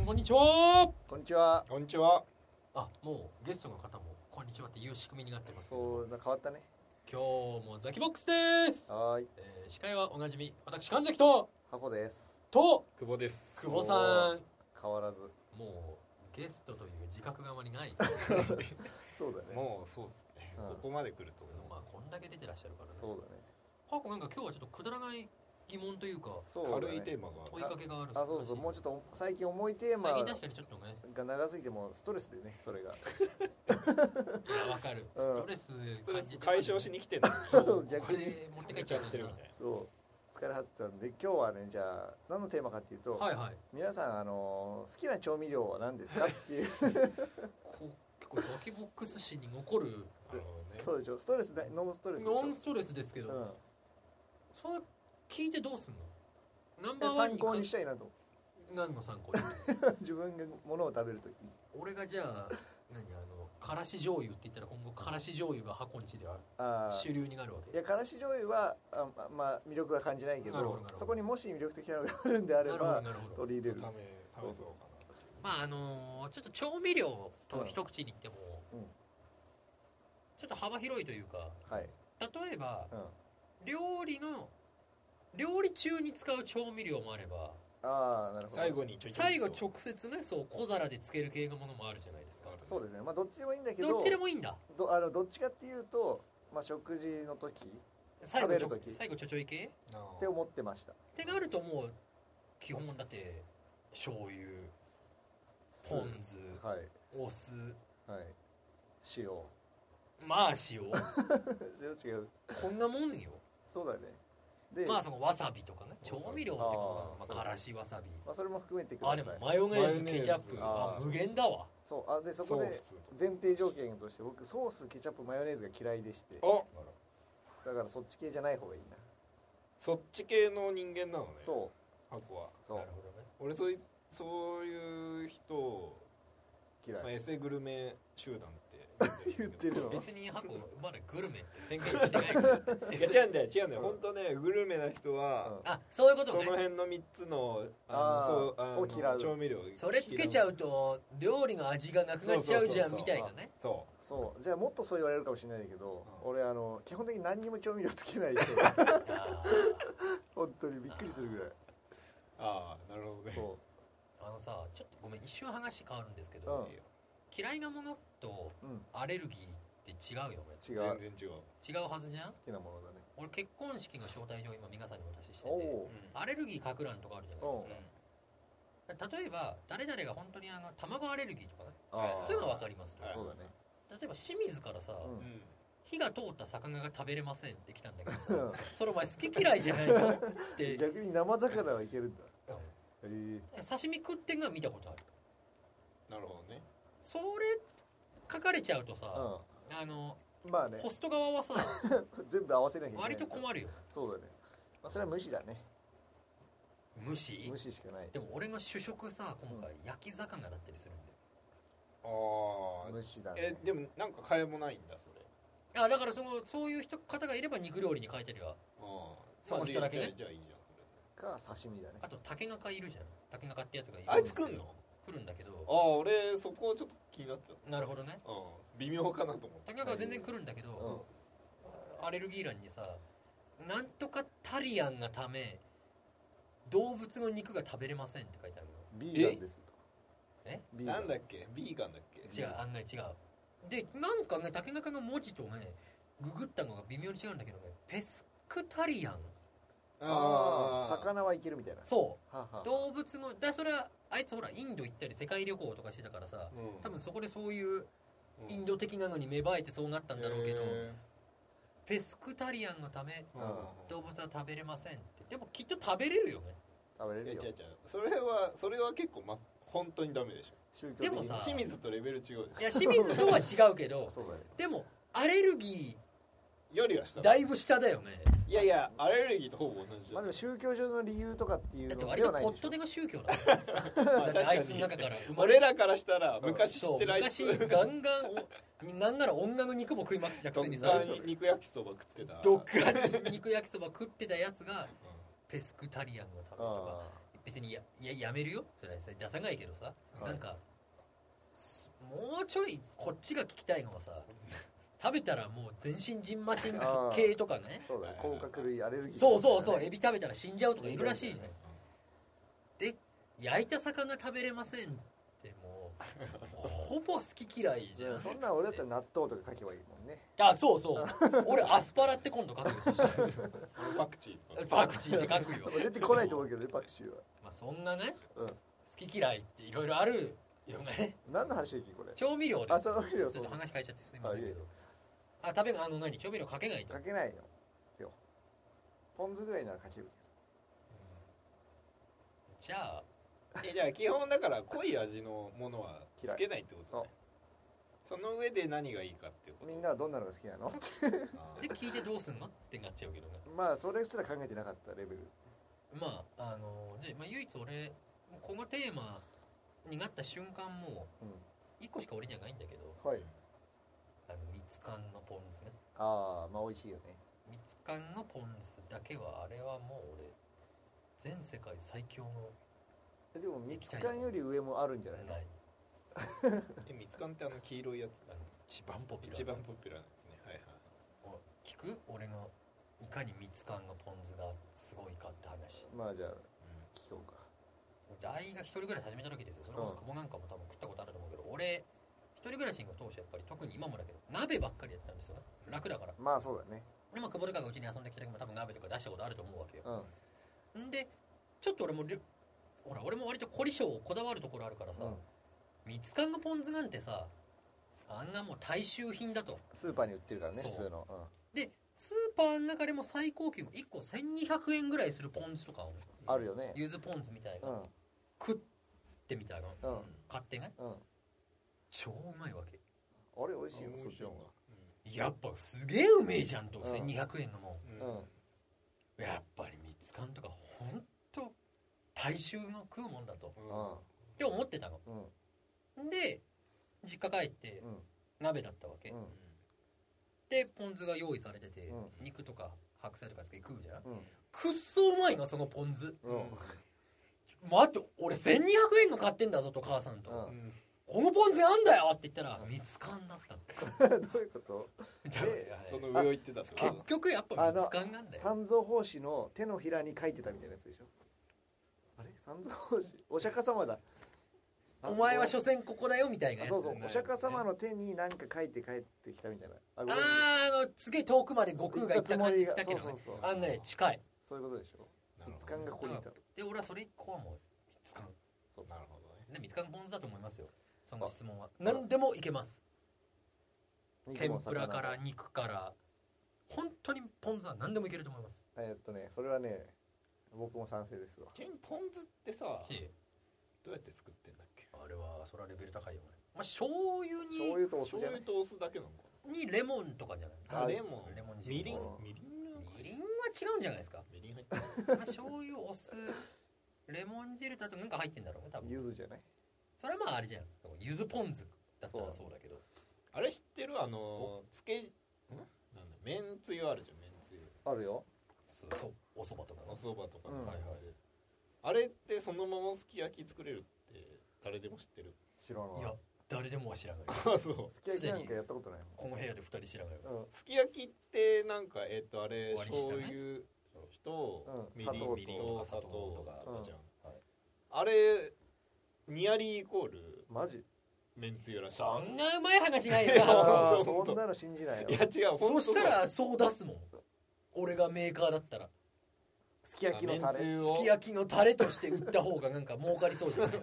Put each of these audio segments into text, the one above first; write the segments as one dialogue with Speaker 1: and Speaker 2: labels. Speaker 1: んこんにちは
Speaker 2: こんにちは。
Speaker 3: こんにちは。
Speaker 1: あもうゲストの方もこんにちはって言う仕組みになってますけど
Speaker 2: そうな変わったね。
Speaker 1: 今日もザキボックスです、
Speaker 2: はーい、
Speaker 1: えー司会はおなじみ私神崎と
Speaker 2: 箱です。
Speaker 1: と
Speaker 3: 久保です。
Speaker 1: 久保さ
Speaker 2: 変わらず。
Speaker 1: んもうゲストという自覚があまりない
Speaker 2: そうだね。
Speaker 3: もうそうですね。
Speaker 2: うん
Speaker 3: ここまで来ると、
Speaker 1: まあこんだけ出てらっしゃるからね
Speaker 2: そうだね。
Speaker 1: 過去なんか今日はちょっとくだらない疑問というか
Speaker 2: そうだね。
Speaker 3: 軽いテーマが
Speaker 1: 問いかけがある
Speaker 2: あ、そうそう。もうちょっと最近重いテーマ
Speaker 1: 最近確かにちょっとね
Speaker 2: が長すぎてもうストレスでね、それが。
Speaker 1: いやわかる
Speaker 2: うん
Speaker 1: ストレス
Speaker 3: ストレ
Speaker 1: 感じ
Speaker 3: ス
Speaker 1: て
Speaker 3: 解消しに来てる。
Speaker 1: そ
Speaker 2: そうう逆
Speaker 1: こ
Speaker 2: に
Speaker 1: れ持って帰っちゃう
Speaker 3: や
Speaker 1: の
Speaker 3: ってるみ
Speaker 1: さ
Speaker 3: たい
Speaker 2: そう。疲れ果てたんで、今日はね、じゃあ何のテーマかっていうと、
Speaker 1: はいはい
Speaker 2: 皆さんあの好きな調味料は何ですかっていう。
Speaker 1: こ結構ザキボックス史に残る
Speaker 3: な。あ
Speaker 2: そうでしょ。ストレスだ、ノンストレスでしょ。
Speaker 1: ノンストレスですけど、
Speaker 2: うん。
Speaker 1: それ聞いてどうすんのナン
Speaker 2: で
Speaker 1: バーワン
Speaker 2: 参
Speaker 1: に
Speaker 2: 考にしたいなと。
Speaker 1: 何の参考に
Speaker 2: 自分がものを食べるとき。
Speaker 1: 俺がじゃあ何あのからし醤油って言ったら今後からし醤油が箱んちでは
Speaker 2: ああ。
Speaker 1: 主流になるわ
Speaker 2: い
Speaker 1: け
Speaker 2: やからし醤油はあままあ魅力は感じないけど
Speaker 1: なるほどなるほど
Speaker 2: そこにもし魅力的なのがあるんであれ
Speaker 1: なるほど
Speaker 2: ば
Speaker 1: なるほど
Speaker 2: 取り入れる
Speaker 3: ため、ためそうか
Speaker 1: まああのーちょっと調味料と一口に言っても、
Speaker 2: うん
Speaker 1: ちょっと幅広いというか
Speaker 2: はい、
Speaker 1: 例えば
Speaker 2: うん、あ
Speaker 1: 料理の料理中に使う調味料もあれば
Speaker 2: あーなるほど
Speaker 3: な。最後にちょいちょい。
Speaker 1: 最後直接ねそう小皿でつける系のものもあるじゃないですか
Speaker 2: そうですねまあどっちでもいいんだけど
Speaker 1: どっちでもいいんだ
Speaker 2: どあのどっちかっていうと、まあ、食事の時っ
Speaker 1: 最後ちょ
Speaker 2: 食べる時
Speaker 1: 最後ちょちょい系
Speaker 3: あー
Speaker 2: て思ってました
Speaker 1: ってなるともう基本だって醤油ポン酢
Speaker 2: はい
Speaker 1: お酢
Speaker 2: はい塩
Speaker 1: まあ塩
Speaker 2: 塩違う
Speaker 1: こんなもんよ
Speaker 2: そうだねで、
Speaker 1: ま
Speaker 2: ま
Speaker 1: あそのわさびとかね調味料ってこ
Speaker 2: あ
Speaker 1: とま
Speaker 2: ーそう
Speaker 1: あからしわさび
Speaker 2: あ、それも含めてくださ
Speaker 1: あ
Speaker 2: い
Speaker 1: でもマヨネーズ
Speaker 3: マヨネーズ
Speaker 1: ケチャップあ
Speaker 2: あー
Speaker 1: 無限だわ
Speaker 2: そうあでそこ
Speaker 3: ソー
Speaker 2: で
Speaker 3: ス
Speaker 2: 前提条件として僕ソースケチャップマヨネーズが嫌いでして
Speaker 3: とか。あ、
Speaker 2: だからそっち系じゃない方がいいな
Speaker 3: そっち系の人間なのね。う。
Speaker 2: そう
Speaker 3: 箱は。
Speaker 2: そう
Speaker 1: なるほどね
Speaker 3: 俺そういそういう人を、
Speaker 2: 嫌い
Speaker 3: まあ、エセグルメ集団って
Speaker 2: 言ってるの
Speaker 1: 別に箱まだグルメって宣言してないから
Speaker 3: いや違うんだよ違うんだよ、
Speaker 2: うん
Speaker 3: ほんとねグルメな人は、
Speaker 1: あそういうこ
Speaker 3: そ
Speaker 1: と
Speaker 3: の
Speaker 1: ね
Speaker 3: 辺の3つの
Speaker 2: あー
Speaker 3: のそうあ
Speaker 2: を嫌う
Speaker 3: 調味料
Speaker 1: それつけちゃ
Speaker 3: う
Speaker 1: うと料理の味がなくなっちゃうじゃん
Speaker 3: そうそうそうそう
Speaker 1: みたいなね
Speaker 3: そ
Speaker 2: そうじゃあもっとそう言われるかもしれないけど、
Speaker 3: う
Speaker 2: 俺あの基本的に何にも調味料つけないで
Speaker 1: あー
Speaker 2: 本当にびっくりするぐらいう
Speaker 3: ああなるほどね
Speaker 2: そ
Speaker 1: あのさちょっとごめん一瞬話変わるんですけど、
Speaker 2: うん
Speaker 1: 嫌いなものと
Speaker 2: ううん
Speaker 1: アレルギーって違うよね
Speaker 2: 違う
Speaker 3: 全然違う、
Speaker 1: 違うはずじゃ
Speaker 2: 好
Speaker 1: ん
Speaker 2: きなものだね
Speaker 1: 俺結婚式の招待状を今皆さんにお渡しして
Speaker 2: お
Speaker 1: て
Speaker 2: お
Speaker 1: アレルギーかく乱とかあるじゃないですか例えば誰々が本当にあの卵アレルギーとかね
Speaker 2: ー
Speaker 3: はい
Speaker 1: そういうのは分かります
Speaker 3: はい
Speaker 2: そうだね
Speaker 1: 例えば清水からさ、
Speaker 2: うん
Speaker 3: うん
Speaker 1: 火が通った魚が食べれませんって来たんだけどさ
Speaker 2: うん
Speaker 1: それお前好き嫌いじゃないかって
Speaker 2: 逆に生魚はいけるんだえー、
Speaker 1: 刺身食ってんのは見たことある
Speaker 3: なるほどね
Speaker 1: それ書かれちゃうとさ、
Speaker 2: う
Speaker 1: あの
Speaker 2: んまあね
Speaker 1: ホスト側はさ
Speaker 2: 全部合わせなきゃいけない
Speaker 1: 割と困るよ
Speaker 2: そうだね、まあ、それは無視だね
Speaker 1: 無視
Speaker 2: 無視しかない
Speaker 1: でも俺の主食さ今回焼き魚だったりするん
Speaker 3: ああ
Speaker 2: 無視だね
Speaker 3: えでもなんか替えもないんだそれ
Speaker 1: だよあだからそのそういう人方がいれば肉料理に変えたりは
Speaker 3: あー
Speaker 1: その人だけね
Speaker 3: まあじゃあじゃあいいじゃんそ
Speaker 2: か刺身だね
Speaker 1: あと竹中いるじゃん竹中ってやつがいる
Speaker 3: れあいつ来んの
Speaker 1: 来るんだけ
Speaker 3: あ
Speaker 1: ど
Speaker 3: あ俺そこちょっと気になっちゃっ
Speaker 1: なるほどね
Speaker 3: たうん微妙かなと思って
Speaker 1: 竹中は全然来るんだけ
Speaker 2: う
Speaker 1: ど、
Speaker 2: ん
Speaker 1: アレルギー欄にさなんとかタリアンがため動物の肉が食べれませんって書いてある
Speaker 2: ビーガンですと
Speaker 1: え
Speaker 2: ビーガ
Speaker 3: な
Speaker 2: ン
Speaker 3: んだっけビーガンだっけ
Speaker 1: の違う案外違うでなんかね竹中の文字とねググったのが微妙に違うんだけどねペスクタリアン
Speaker 2: ああ
Speaker 3: 魚
Speaker 2: 魚はいけるみたいな
Speaker 1: そう
Speaker 2: はあはあ
Speaker 1: 動物のだそれはあいつほらインド行ったり世界旅行とかしてたからさ
Speaker 3: うん
Speaker 1: 多分そこでそういう
Speaker 3: うん
Speaker 1: インド的なのに芽生えてそうなったんだろうけど、
Speaker 3: へ
Speaker 1: ペスクタリアンのため
Speaker 3: ー
Speaker 2: うん
Speaker 1: 動物は食べれませんってでもきっと食べれるよね
Speaker 2: 食べ
Speaker 3: いや
Speaker 2: れ
Speaker 3: 違う
Speaker 2: る
Speaker 3: 違
Speaker 2: よ
Speaker 3: うそれはそれは結構ま本当にダメでしょ
Speaker 2: 宗教
Speaker 1: で
Speaker 2: 的
Speaker 1: も
Speaker 2: に
Speaker 1: さ
Speaker 3: 清水とレベル違うでしょ
Speaker 1: いや清水とは違うけ ど
Speaker 2: そうだね
Speaker 1: でもアレルギ
Speaker 3: よりは下
Speaker 1: ーだいぶ下だよね
Speaker 3: いやいやアレルギーとほぼ同じ
Speaker 2: まあでも
Speaker 3: だ
Speaker 2: 宗教上の理由とかってい
Speaker 1: だっ
Speaker 2: う
Speaker 1: て
Speaker 2: の
Speaker 1: 割
Speaker 2: では
Speaker 1: と
Speaker 2: ない
Speaker 1: ポ
Speaker 2: で
Speaker 1: ッ
Speaker 2: しょ
Speaker 1: トでの宗教だよだってあいつの中から生ま
Speaker 3: 俺
Speaker 1: れ
Speaker 3: らからしたら
Speaker 2: うん
Speaker 3: 昔知っ
Speaker 1: そう
Speaker 3: てるあいつ
Speaker 1: 昔ガンガンおなんなら女の肉も食いまくってたくせにさ
Speaker 2: ガンガン
Speaker 3: 肉焼きそば食ってた
Speaker 1: どっかに肉焼きそば食ってたやつが
Speaker 3: う
Speaker 1: ペスクタリアンを食べるとか
Speaker 2: あ
Speaker 1: 別にやいややめるよそれは出さないけどさ、
Speaker 2: はい
Speaker 1: なんかすもうちょいこっちが聞きたいの はさ食べたらもう全身じんましん
Speaker 2: あー
Speaker 1: 系とかね
Speaker 2: そうだね甲殻類アレルギー、
Speaker 1: そうそうそうエ
Speaker 2: ビ
Speaker 1: ビ食べたら死んじゃうとかいるらしいじゃん
Speaker 2: ね
Speaker 1: 焼いた魚食べれませんってもうほぼ好き嫌いじゃん
Speaker 2: そんなん俺だったら納豆とか書けばいいも んね
Speaker 1: あそうそう俺アスパラって今度書くよそした ら
Speaker 3: パクチーとか
Speaker 1: パクチーって書くよ
Speaker 2: 出てこないと思うけどねパクチーは
Speaker 1: まあそんなね、
Speaker 2: うん
Speaker 1: 好き嫌いっていろいろあるよね
Speaker 2: 何の話だっけこれ
Speaker 1: 調味料で
Speaker 2: あ
Speaker 1: す
Speaker 2: 調味料
Speaker 1: ち
Speaker 2: そ
Speaker 1: ょっ
Speaker 2: う
Speaker 1: と話変えちゃってすみませんけ
Speaker 2: あいえい
Speaker 1: どあ食べがあの何調味料かけないと
Speaker 2: 書けないのよポン酢ぐらいなら書ける
Speaker 1: じゃあ
Speaker 3: えじゃあ基本だから濃い味のものはつけないってことねその上で何がいいかっていうこと
Speaker 2: みんなはどんなのが好きな の
Speaker 3: あ
Speaker 1: で聞いてどうすんのってなっちゃうけどね
Speaker 2: まあそれすら考えてなかったレベル
Speaker 1: まああので、まあ、唯一俺このテーマになった瞬間も
Speaker 2: うん
Speaker 1: う1個しか俺にはないんだけど
Speaker 2: はい
Speaker 1: あのみつかんのポン酢ね
Speaker 2: ああまあ美味しいよね
Speaker 1: みつかんのポン酢だけはあれはもう俺全世界最強の
Speaker 2: えでもみつかんより上もあるんじゃないの
Speaker 1: ない
Speaker 3: ーえみつかんってあの黄色いやつ
Speaker 1: あの一番ポピュラー
Speaker 3: 一番ポピュラーなやつねはい
Speaker 1: お
Speaker 3: はい
Speaker 1: 聞く俺のいかにみつかんのポン酢がすごいかって話
Speaker 2: まあじゃあ聞こうか
Speaker 1: 大が一人暮らし始めた時ですよそれこそ
Speaker 2: うん
Speaker 1: 久保なんかも多分食ったことあると思うけど、俺一人暮らしの当初やっぱり特に今もだけど鍋ばっかりやってたんですよね楽だから
Speaker 2: まあそうだね
Speaker 1: でまあ久保とかがうちに遊んできた時も多分鍋とか出したことあると思うわけよ
Speaker 2: うん
Speaker 1: んでちょっと俺もりゅほら俺も割と凝り性をこだわるところあるからさ、
Speaker 2: うん
Speaker 1: ミツカンのポン酢なんてさあんなもう大衆品だと
Speaker 2: スーパーに売ってるからね
Speaker 1: そう
Speaker 2: 普通の
Speaker 1: でスーパーの中でも最高級1個1200円ぐらいするポン酢とかを
Speaker 2: うんあるよね
Speaker 1: ゆずポン酢みたいな、
Speaker 2: うん
Speaker 1: 食ってみたいな
Speaker 2: うん
Speaker 1: 買ってね
Speaker 2: うん
Speaker 1: 超うまいわけ
Speaker 2: あれ美味しいよ
Speaker 3: うん
Speaker 2: そっちの方
Speaker 1: やっぱすげえうめえじゃんと、
Speaker 2: うん
Speaker 1: 1200円のも
Speaker 3: うん
Speaker 2: うん
Speaker 1: んやっぱりミツカンとかほんと大衆の食うもんだとっ
Speaker 3: うん
Speaker 2: が
Speaker 1: て思ってたの
Speaker 2: うんうん
Speaker 1: で実家帰って
Speaker 2: うん
Speaker 1: 鍋だったわけ、
Speaker 2: うん
Speaker 1: でポン酢が用意されてて、
Speaker 2: うん
Speaker 1: 肉とか白菜とかつけて食うじゃん
Speaker 2: うん
Speaker 1: くっそうまいのそのポン酢
Speaker 2: うん
Speaker 1: 待って俺1200円の買ってんだぞと母さんと、
Speaker 2: うん
Speaker 3: うん
Speaker 1: このポン酢あんだよって言ったらミツカンだったの
Speaker 2: どういうこと
Speaker 1: みたいな
Speaker 3: その上を行ってたってこと
Speaker 1: 結局やっぱミツカンなんだよ
Speaker 2: 三蔵法師の手のひらに書いてたみたいなやつでしょあれ三蔵法師お釈迦様だ
Speaker 1: お前は
Speaker 2: ょ
Speaker 1: 所詮ここだよみたいなやつ
Speaker 2: そうそう
Speaker 3: ね
Speaker 2: お釈迦様の手に何か書いて帰ってきたみたいなあごめ
Speaker 1: あ
Speaker 2: ん
Speaker 1: ーあのすげえ遠くまで悟空が行った感じしたけどね
Speaker 2: そうそうそう
Speaker 1: あのね近い
Speaker 2: そういうことでしょ
Speaker 3: なる
Speaker 2: ミ
Speaker 3: ほど
Speaker 2: ツカンがここにいた
Speaker 1: で俺はそれ以降はもうミツカン
Speaker 3: そうなるほどね
Speaker 1: ねミツカンポン酢だと思いますよその質問は
Speaker 2: あ
Speaker 1: 何でもいけます
Speaker 2: 肉
Speaker 1: 天
Speaker 2: も魚も
Speaker 1: ぷらから肉から本当にポン酢は何でもいけると思います
Speaker 2: えーっとねそれはね僕も賛成ですわ
Speaker 3: ちなみにポン酢ってさ
Speaker 1: し
Speaker 3: どうやって作ってんだっけ
Speaker 1: あれはそれはレベル高いよねまあ醤油
Speaker 2: 醤
Speaker 1: に
Speaker 2: 油とお酢じ
Speaker 3: 醤
Speaker 2: ゃない
Speaker 3: 油とお酢だけなのか
Speaker 1: にレモンとかじゃない
Speaker 3: あ
Speaker 2: あ
Speaker 3: レモン
Speaker 1: レモン
Speaker 3: み
Speaker 1: 汁
Speaker 3: りん
Speaker 2: うん
Speaker 3: みりんなのか
Speaker 1: みりんは違うんじゃないですか、
Speaker 3: みりん入ってる
Speaker 1: まあ、醤油お酢レモン汁だとなんか入ってんだろうね多分
Speaker 2: 柚子じゃない
Speaker 1: それはまああれじゃんゆずポン酢だったらそうだけど
Speaker 3: あれ知ってるあのつけんなんだめんつゆあるじゃんめんつゆ
Speaker 2: あるよ
Speaker 1: そうそうお蕎麦とか
Speaker 3: お
Speaker 1: の
Speaker 3: そばとかの
Speaker 2: うん
Speaker 3: めんつゆあれってそのまますき焼き作れるって誰でも知ってる
Speaker 2: 知らない
Speaker 1: いや誰でもは知 らない
Speaker 3: あそう
Speaker 2: すき焼きなんかやったことない
Speaker 1: この部屋で2人知らないわ
Speaker 2: もん
Speaker 3: すき焼きってなんかえっ、とあれ
Speaker 1: 終わりにした
Speaker 3: 醤
Speaker 1: ね
Speaker 3: 油と
Speaker 2: うん
Speaker 3: みりん、
Speaker 2: 砂糖と
Speaker 3: みりんと砂糖とかあったじゃん、
Speaker 1: はい
Speaker 3: あれニアリーイコール
Speaker 2: マジ
Speaker 3: めんつゆらしい
Speaker 1: そんなうまい話ないよ
Speaker 3: いや
Speaker 1: な
Speaker 2: あ
Speaker 3: ほん
Speaker 2: ー
Speaker 3: とほ
Speaker 2: そ
Speaker 3: んと
Speaker 2: んなの信じないよ
Speaker 3: いや違うほん
Speaker 1: そ
Speaker 3: と
Speaker 1: したらそう出すもん俺がメーカーだったら
Speaker 2: すき焼きのタ
Speaker 3: あめんつ
Speaker 2: レ
Speaker 3: ゆ
Speaker 1: す
Speaker 3: を
Speaker 1: き焼きのタレとして売った方がなんか儲かりそうじ ゃない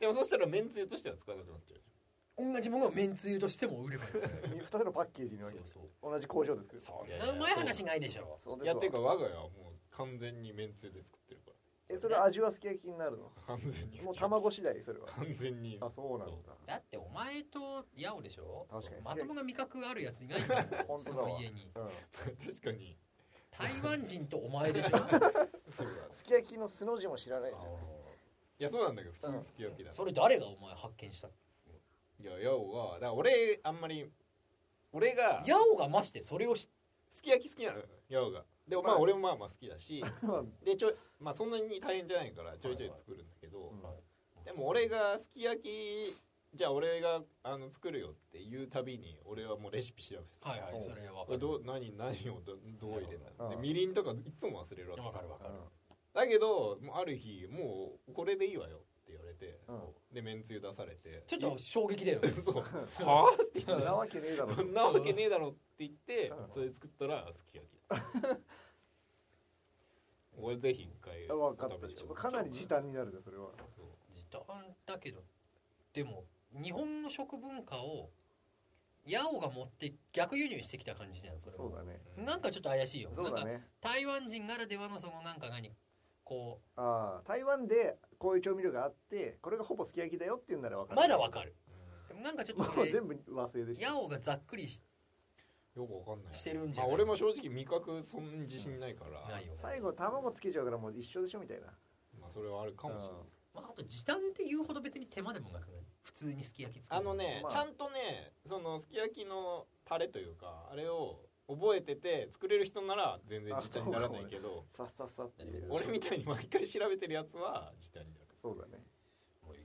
Speaker 3: でもそしたらめんつゆとしては使わなくなっちゃう
Speaker 1: 同じものをめんつゆとしても売ればいいんだよ
Speaker 2: 二つのパッケージに
Speaker 1: そ
Speaker 2: 分
Speaker 1: う
Speaker 2: けて
Speaker 1: そう
Speaker 2: 同じ工場ですけど
Speaker 1: そんなうまい話ないでしょ
Speaker 2: そう
Speaker 3: いやっていう
Speaker 2: か
Speaker 3: か我が家はもう完全にめんつゆで作ってるか
Speaker 2: えそれ味はすき焼きになるの
Speaker 3: ら完全に
Speaker 2: もう卵次第それは
Speaker 3: 完全に
Speaker 2: あそうなんだ
Speaker 1: だってお前とヤオでしょ
Speaker 2: 確かに
Speaker 1: まともな味覚あるやついない んだもん
Speaker 2: 本当
Speaker 1: そ
Speaker 2: だわ
Speaker 1: の家に
Speaker 2: うん
Speaker 3: 確かに
Speaker 1: 台湾人とお前でし ょ
Speaker 3: そうだ
Speaker 2: すき焼きの素の字も知らないじゃん
Speaker 3: いやそうなんだけど普通にすき焼きだ
Speaker 1: それ誰がお前発見した
Speaker 3: いやヤオはだから俺あんまり俺が
Speaker 1: ヤオがましてそれを知っ
Speaker 3: すき焼き好きなのよヤオがでま
Speaker 2: は
Speaker 3: あ
Speaker 2: い
Speaker 3: 俺もまあまあ好きだし
Speaker 2: まあ
Speaker 3: でちょいまあそんなに大変じゃないからちょいちょい作るんだけど、でも俺がすき焼きじゃあ俺があの作るよって言うたびに俺はもうレシピ調べてた
Speaker 1: はいはいそれわか
Speaker 3: え
Speaker 1: る
Speaker 3: どう何何をどどう入れるんだろうで
Speaker 2: うん
Speaker 3: みりんとかいつも忘れるわけ
Speaker 1: わかるわかる
Speaker 3: だけどもうある日もうこれでいいわよって言われて、
Speaker 2: う
Speaker 3: でめんつゆ出されて
Speaker 1: ちょっと衝撃だよね
Speaker 3: え そうはあって
Speaker 2: う
Speaker 3: 言
Speaker 2: ん
Speaker 3: っ
Speaker 2: な
Speaker 3: た
Speaker 2: わけねえだろ
Speaker 3: そんなわけねえだろって言って
Speaker 2: うん
Speaker 3: それ作ったらすき 焼き俺ぜひ一回
Speaker 2: と分かっ
Speaker 3: お試しを
Speaker 2: たかなり時短になるでそれは
Speaker 3: そう
Speaker 1: 時短だけどでも日本の食文化をヤオが持って逆輸入してきた感じじゃんそれは
Speaker 2: そうだね
Speaker 3: う
Speaker 1: なんかちょっと怪しいよ
Speaker 2: そう
Speaker 1: な
Speaker 2: だ
Speaker 1: んか
Speaker 2: ね
Speaker 1: 台湾人ならではのそのなんか何こ
Speaker 2: ああ台湾でこういう調味料があってこれがほぼすき焼きだよっていうんなら分
Speaker 1: う
Speaker 2: かる
Speaker 1: まだわかる
Speaker 3: う
Speaker 1: でもなんかちょっ
Speaker 2: も
Speaker 1: とこ
Speaker 2: う
Speaker 1: れ
Speaker 2: 全部和製でした
Speaker 1: ヤオがざっくりし
Speaker 3: んよくわかんない
Speaker 1: してるんじ
Speaker 3: ま
Speaker 1: ゃ
Speaker 3: あ
Speaker 1: ない
Speaker 3: 俺も正直味覚そんなに自信ないから、
Speaker 1: ないよ
Speaker 2: 最後卵つけちゃうからもう一緒でしょみたいな
Speaker 3: まあそれはあるかもしれない
Speaker 1: まあ、あと時短って言うほど別に手間でもなくない普通にすき焼き作る
Speaker 3: あのね、
Speaker 2: まあ
Speaker 3: ちゃんとねそのすき焼きのタレというかあれを覚えてて作れる人なら全然
Speaker 2: あ
Speaker 3: 時短にならないけど
Speaker 2: さっさっさって入れる
Speaker 3: 俺みたいに毎回調べてるやつは時短になる
Speaker 2: そうだね
Speaker 1: もう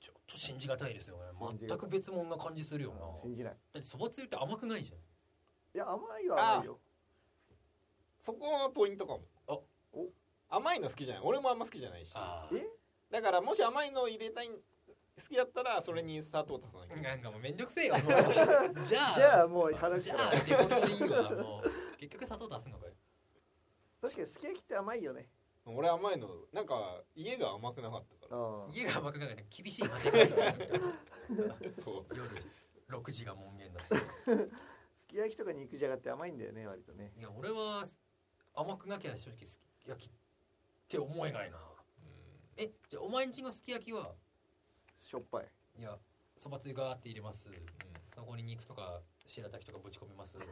Speaker 1: ちょっと信じがたいですよね
Speaker 2: 信じ
Speaker 1: 全
Speaker 2: がた
Speaker 1: く別物な感じするよな
Speaker 2: うん信じない
Speaker 1: だってそばつゆって甘くないじ
Speaker 2: いや甘いは甘いよ
Speaker 3: そこはポイントかもあ
Speaker 2: お
Speaker 3: 甘いの好きじゃない俺もあんま好きじゃないし
Speaker 1: ゃんあ
Speaker 2: え
Speaker 3: だからもし甘いのを入れたい好きだったらそれに砂糖足さなきゃいけない
Speaker 1: なんかもうめんどく せえよもうじゃあ
Speaker 2: じゃあもう腹
Speaker 1: じ
Speaker 2: じ
Speaker 1: ゃ
Speaker 2: ゃ
Speaker 1: あデフォルトでいいわもう結局砂糖出すのかよ
Speaker 2: 確かにすき焼きって甘いよね
Speaker 3: 俺甘いのなんか家が甘くなかった
Speaker 2: う
Speaker 3: か
Speaker 2: ん
Speaker 1: 家が甘くなから厳しい家庭だったから
Speaker 3: らそう
Speaker 1: 夜6時が門限だった
Speaker 2: すき焼きとか肉じゃがって甘いんだよね割とね
Speaker 1: いや俺は甘くなきゃ正直すき焼きって思えないな
Speaker 3: うん
Speaker 1: えじゃあお前んちのすき焼きは
Speaker 2: しょっぱい
Speaker 1: いやそばつゆガーって入れますそこに肉とか白滝とかぶち込みます
Speaker 3: うん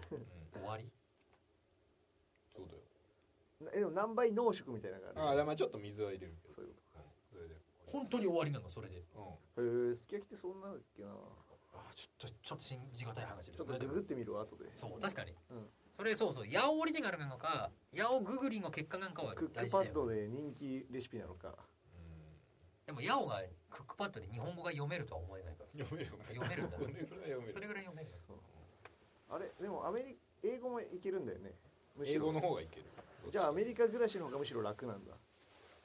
Speaker 3: うん
Speaker 1: 終わり
Speaker 3: そうだよ
Speaker 2: なえでも何倍濃縮みたいなのがある
Speaker 3: ああだからちょっと水は入れるけど
Speaker 2: そういうこ
Speaker 3: うんそれで
Speaker 1: 本当に終わりなのそれで
Speaker 3: うん
Speaker 2: とへえすき焼きってそんなだっけな
Speaker 1: あーちょっとちょっと信じがたい話で
Speaker 2: ち
Speaker 1: す
Speaker 2: ょっと
Speaker 1: ねで
Speaker 2: グ
Speaker 1: も
Speaker 2: グってみるわ後で
Speaker 1: そう確かに、
Speaker 2: うん
Speaker 1: それそうそう八尾オリジナルなのか八尾ググリの結果なんかは
Speaker 2: クッ
Speaker 1: 大
Speaker 2: ク
Speaker 1: 事
Speaker 2: パ
Speaker 1: だ
Speaker 2: ッ
Speaker 1: よ
Speaker 2: ドで人気レシピなのか
Speaker 1: でも八尾がクックパッドで日本語が読めるとは思えないから
Speaker 3: 読める
Speaker 1: 読めるんだ
Speaker 3: これぐらい読め
Speaker 1: それ
Speaker 3: る
Speaker 1: ぐらい読める
Speaker 2: そうあれでもアメリ英語もいけるんだよねむし
Speaker 3: 英
Speaker 2: ろ
Speaker 3: 語の方がいける
Speaker 2: じゃあアメ
Speaker 3: リ
Speaker 2: リカ暮らしの方がむしろ楽なんだ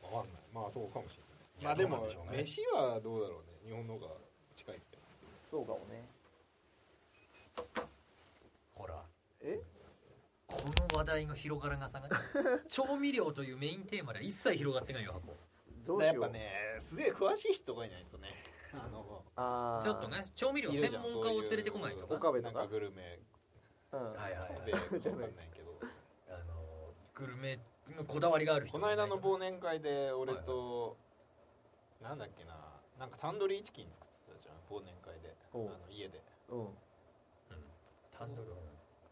Speaker 3: カわかんないまあそうかもしれない
Speaker 1: いや
Speaker 3: まあ
Speaker 1: どうなん
Speaker 3: でも
Speaker 1: でしょうね
Speaker 3: 飯はどうだろうね日本の方が近い気がする
Speaker 2: そうかもね
Speaker 1: ほら
Speaker 2: え
Speaker 1: この話題の広がらなさがね調味料というメインテーマでは一切広がってないよ箱
Speaker 2: どうし
Speaker 3: やっ
Speaker 2: よう
Speaker 3: ぱねすげえ詳しい人がいないとねあの
Speaker 2: あー
Speaker 1: ちょっとね調味料専門家を連れてこないとな
Speaker 2: 岡部と
Speaker 3: な
Speaker 2: か
Speaker 3: んかグルメ
Speaker 2: うん
Speaker 1: はいはいはい
Speaker 3: でわかんないけど
Speaker 1: あのグルメのこだわりがある人
Speaker 3: この間の
Speaker 1: ボ
Speaker 3: 忘年会で俺となんだっけななんかタンドリーチキン作ってたじゃん忘年会であ
Speaker 2: おう
Speaker 3: の家で
Speaker 2: うん
Speaker 1: タンドル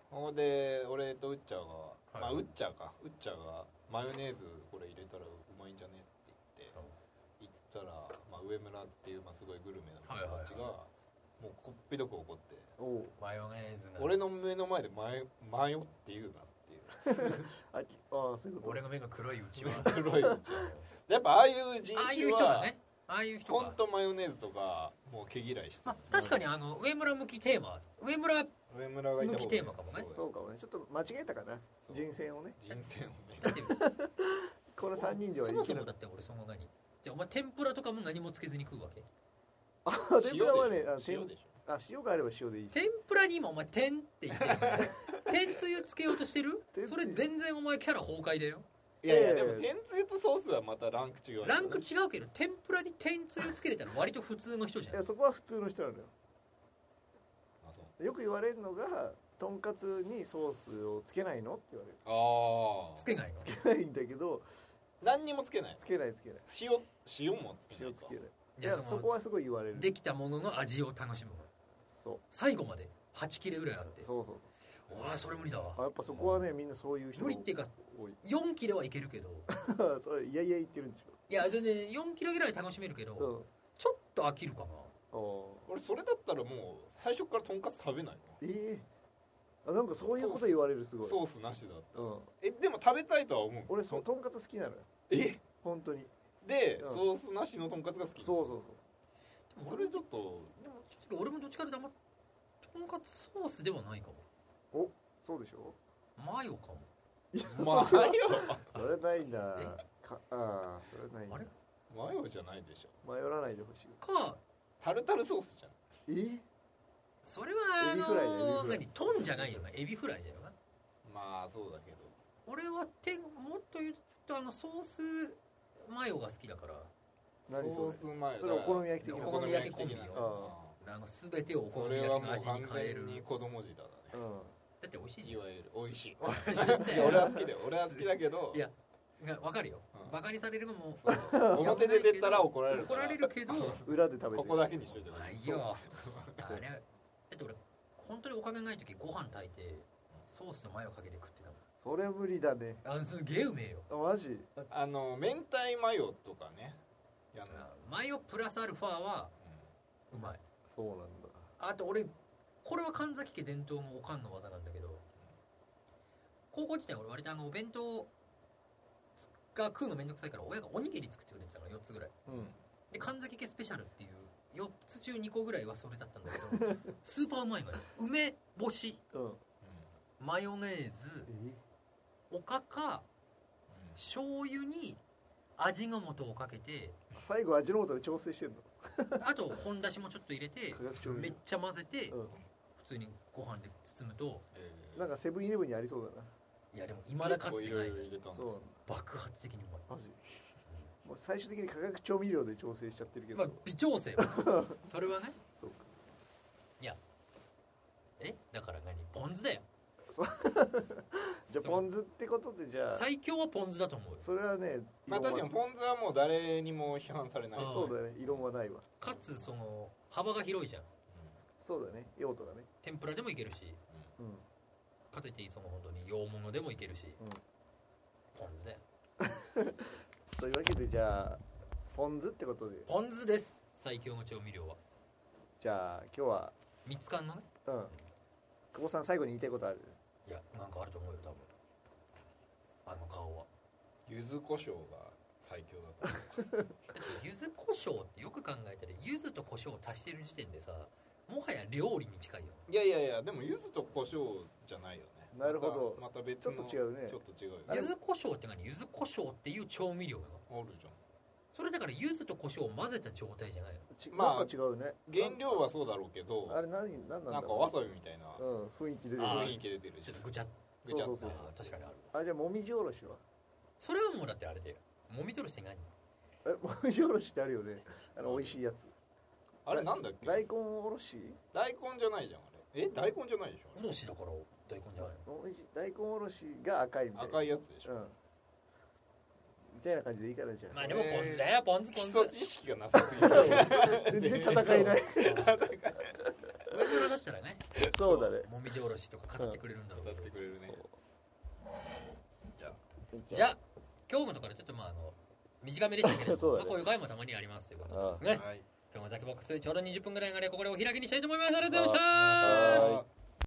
Speaker 3: ほんで俺とウッチャーが、
Speaker 1: い
Speaker 3: まあウッチャーかウッチャーがマヨネーズこれ入れたらうまいんじゃねって言って行ったら、まあ、上村っていう、まあ、すごいグルメな友達が、
Speaker 1: はい
Speaker 3: もうこっぴどく怒って
Speaker 2: おう
Speaker 1: マヨネーズな
Speaker 3: 俺の目の前で迷「迷って言うな」っていう
Speaker 2: あきああそういうこと
Speaker 1: 俺の目が黒いうちは
Speaker 3: 黒いやっぱああいう人
Speaker 1: ああいう
Speaker 3: 種
Speaker 1: 人が
Speaker 3: は
Speaker 1: ねああいう人
Speaker 3: ほん
Speaker 1: が
Speaker 3: とマヨネーズとかもう毛嫌いしてる、
Speaker 1: まあ確かにあの上村向きテーマ上村だ
Speaker 3: 上村がいた方が
Speaker 1: 向きテーマかもね
Speaker 2: そうかもねちょっと間違えたかな
Speaker 3: そう
Speaker 2: 人選をね
Speaker 3: 人生をね
Speaker 1: って
Speaker 2: この 三人では
Speaker 1: そ
Speaker 2: い
Speaker 1: も
Speaker 2: け
Speaker 1: そ
Speaker 2: な
Speaker 1: も
Speaker 2: い
Speaker 1: だって俺その何じゃあお前天ぷらとかも何もつけずに食うわけ
Speaker 2: あ天ぷらはねあ
Speaker 3: 塩
Speaker 2: 天
Speaker 3: でしょ
Speaker 2: あ塩があれば塩でいいし
Speaker 1: 天ぷらに今お前「天」って言ってるよ ね天つゆつけようとしてる
Speaker 2: 天つゆ
Speaker 1: それ全然お前キャラ崩壊だよ
Speaker 3: いやいやで
Speaker 2: ええ
Speaker 3: も天つゆとソースはまたランク違うよね
Speaker 1: ランク違うけど天ぷらに天つゆつけてたら割と普通の人じゃ
Speaker 2: いや
Speaker 1: ん
Speaker 2: そこは普通の人なのよ
Speaker 3: あそう
Speaker 2: よく言われるのがとんかつにソースをつけないのって言われる
Speaker 3: ああ
Speaker 1: つけないの
Speaker 2: つけないんだけど
Speaker 3: 何にもつけない
Speaker 2: つけないつけない
Speaker 3: 塩塩もつけな
Speaker 2: 塩
Speaker 3: い
Speaker 2: つ
Speaker 3: か
Speaker 2: けない
Speaker 1: い
Speaker 2: いや
Speaker 1: や
Speaker 2: そこはすごい言われる
Speaker 1: できたものの味を楽しむ
Speaker 2: そう
Speaker 1: 最後まで8切れぐらいあって
Speaker 2: そうそう
Speaker 1: 俺はそれ無理だ
Speaker 2: あ
Speaker 1: わ
Speaker 2: やっぱそこはねみんなそういう人
Speaker 1: 無理っていうか
Speaker 2: 多い
Speaker 1: 4切れはいけるけど
Speaker 2: そういやいや言ってるんでし
Speaker 1: いや全然4キロぐらい楽しめるけど、
Speaker 2: ょうん
Speaker 1: ちょっと飽きるかな
Speaker 2: あー
Speaker 3: 俺それだったらもう最初からとんかつ食べない
Speaker 2: ええあなんかそういうこと言われるすごい
Speaker 3: ソースなしだ
Speaker 2: うん、
Speaker 3: えでも食べたいとは思う
Speaker 2: 俺そうとんかつ好きなのよ
Speaker 3: え
Speaker 2: 本当に
Speaker 3: で、
Speaker 2: うん
Speaker 3: ソースなしのとんかつが好き
Speaker 2: そうそうそう
Speaker 3: それちょっと
Speaker 1: でも正直俺もどっちかというとあんまとんかつソースではないかも
Speaker 2: そうでしょ
Speaker 1: マヨかも
Speaker 3: マヨ
Speaker 2: それないんだかああそれないんだ
Speaker 1: あれ
Speaker 3: マヨじゃないでしょ
Speaker 2: 迷らないでほしい
Speaker 1: か
Speaker 3: タルタルソースじゃん
Speaker 2: え
Speaker 1: それはあ
Speaker 2: エビフライだよ
Speaker 1: の
Speaker 2: エビフライ
Speaker 1: 何トンじゃないよなエビフライだよな
Speaker 3: まあそうだけど
Speaker 1: 俺はてもっと言うとあのソースマヨが好きだから
Speaker 2: 何そ
Speaker 3: ソ
Speaker 2: れ
Speaker 3: ースマヨ
Speaker 2: それお好み焼き的な
Speaker 1: お好み焼きコンビよ
Speaker 3: お好み焼き的な
Speaker 1: あの全てをお好
Speaker 3: そ
Speaker 1: み
Speaker 3: れ
Speaker 1: 焼
Speaker 3: は
Speaker 1: き
Speaker 3: も
Speaker 1: の味
Speaker 3: う
Speaker 1: に
Speaker 3: 完
Speaker 1: 変え
Speaker 3: 全
Speaker 1: る
Speaker 3: に子供舌だ
Speaker 2: う
Speaker 3: ね
Speaker 2: ん
Speaker 1: だって美味しいじ
Speaker 3: い
Speaker 1: ゃん
Speaker 3: わゆる美味しい
Speaker 1: 美味しいんだ
Speaker 3: い
Speaker 1: よ
Speaker 3: や俺は好きだよ俺は好きだけど
Speaker 1: いや いやわかるよ、
Speaker 3: うん
Speaker 1: バカにされるのも
Speaker 3: そう 表で出たら怒られるか
Speaker 1: 怒
Speaker 3: ら
Speaker 1: られるけど
Speaker 2: 裏で食べてる
Speaker 3: ここだけにしといて
Speaker 1: まあいい
Speaker 3: そう
Speaker 1: よあれだって俺本当にお金ない時ご飯炊いてソースとマヨかけて食ってたも
Speaker 2: それ無理だね
Speaker 1: んあすげえうめえよ
Speaker 2: あマジ
Speaker 3: あの明太マヨとかねやんな
Speaker 1: あマヨプラスアルファはうまい
Speaker 2: そうなんだ
Speaker 1: あと俺これは神崎家伝統のおかんの技なんだけど高校時代俺割とあのお弁当が食うのめんどくさいから親がおにぎり作ってくれてたから4つぐらい
Speaker 2: うん
Speaker 1: で神崎家スペシャルっていう4つ中2個ぐらいはそれだったんだけど スーパーうまいのよ梅干し
Speaker 2: うん
Speaker 1: マヨネーズ
Speaker 2: え
Speaker 1: おかか
Speaker 3: う
Speaker 1: 醤油に味の素をかけて
Speaker 2: 最後味の素で調整してんの
Speaker 1: あと本だしもちょっと入れて
Speaker 2: 化学調
Speaker 1: めっ
Speaker 2: 味
Speaker 1: ちゃ混ぜて
Speaker 2: 料
Speaker 1: 普通にご飯で包むと
Speaker 2: うんなんかセブンイレブンにありそうだ
Speaker 1: いやでもいまだかつて
Speaker 3: い
Speaker 1: な
Speaker 3: ろ
Speaker 1: い
Speaker 3: いろ入れた
Speaker 2: な
Speaker 3: の
Speaker 2: そうなんだ
Speaker 1: 爆発的にうまい
Speaker 2: マジもう最終的に化学調味料で調整しちゃってるけど、
Speaker 1: まあ微調 整それはね
Speaker 2: そうか
Speaker 1: えだから何ポン酢だよ
Speaker 2: じゃあポン酢ってことでじゃあ
Speaker 1: 最強はポン酢だと思うよ
Speaker 2: それはね
Speaker 3: まあ確かに
Speaker 2: ン
Speaker 3: ポン酢はもう誰にも批判されない
Speaker 1: うん
Speaker 2: そうだね異論はないわ
Speaker 1: かつその幅が広いじゃん
Speaker 2: そうだね用途がね
Speaker 1: 天ぷらでもいけるし
Speaker 2: うん
Speaker 1: かついてその本当に洋物でもいけるし、
Speaker 2: うん
Speaker 1: ポン酢だよ
Speaker 2: というわけでじゃあポン酢ってことで
Speaker 1: ポン酢です最強の調味料は
Speaker 2: じゃあ今日は
Speaker 1: 三つ缶のね
Speaker 2: うん久保さん最後に言いたいことある
Speaker 1: いやなんかあると思うよ多分あの顔は
Speaker 3: 柚子胡椒が最強だと思
Speaker 1: だって柚子胡椒ってよく考えたら柚子と胡椒を足してる時点でさもはや料理に近いよ
Speaker 3: ういやいやいやでも柚子と胡椒じゃないよね
Speaker 2: なるほど
Speaker 3: またまた別
Speaker 2: ちょ
Speaker 3: の
Speaker 2: っと違うね
Speaker 3: ちょっと違うよね
Speaker 2: あれ
Speaker 1: 柚子胡椒って何柚子胡椒っていう調味料なの
Speaker 3: あるじゃん
Speaker 1: それだから柚子と胡椒を混ぜた状態じゃないの
Speaker 2: ち
Speaker 3: まあ
Speaker 2: なんか違うね
Speaker 3: 原料はそうだろうけど
Speaker 2: あれ何何なんだ
Speaker 3: なんか
Speaker 2: ろ
Speaker 3: わさびみたいな
Speaker 2: ううん雰囲気出てる
Speaker 1: あ
Speaker 3: 雰囲気出てる
Speaker 1: ち
Speaker 3: し
Speaker 1: ょっとぐちゃっ
Speaker 3: ぐちゃっ
Speaker 2: そうそうそう
Speaker 1: あー確かにある
Speaker 2: あじゃあもみじおろしは
Speaker 1: それはもうだってあれだよもみ取るして何
Speaker 2: えもみじおろしってあるよねあの美味しいやつ
Speaker 3: あれなんだっけ
Speaker 2: 大根おろし
Speaker 3: 大根じゃないじゃんあれえ大根じゃないでしょ
Speaker 1: おろしだから大根じゃない
Speaker 2: おいしい大根おろしが赤いみたいな
Speaker 3: 赤いやつでし
Speaker 2: う
Speaker 3: ょ
Speaker 2: んみたいな感じでいいからじゃ
Speaker 1: の
Speaker 2: あ、
Speaker 1: まあでもポン酢だよポン酢
Speaker 3: 基
Speaker 1: ポン酢
Speaker 3: 礎知識がなさすぎて
Speaker 2: 全然戦え ない
Speaker 1: そう 上村だったらね
Speaker 2: そうだね
Speaker 1: もみじおろしとか語ってくれるんだろう
Speaker 3: 歌
Speaker 1: けど
Speaker 3: ってくれるね
Speaker 1: じゃあ今日もだからちょっとまああの短めでしたけれど
Speaker 2: そ
Speaker 1: も、
Speaker 2: うだね
Speaker 1: まあこういう回もたまにありますということですね
Speaker 3: はい
Speaker 1: 今日もザキボックスちょうど20分ぐらいなのでここでお開きにしたいと思いますありがとうございました
Speaker 2: あ
Speaker 3: あ
Speaker 2: は
Speaker 3: ー
Speaker 2: い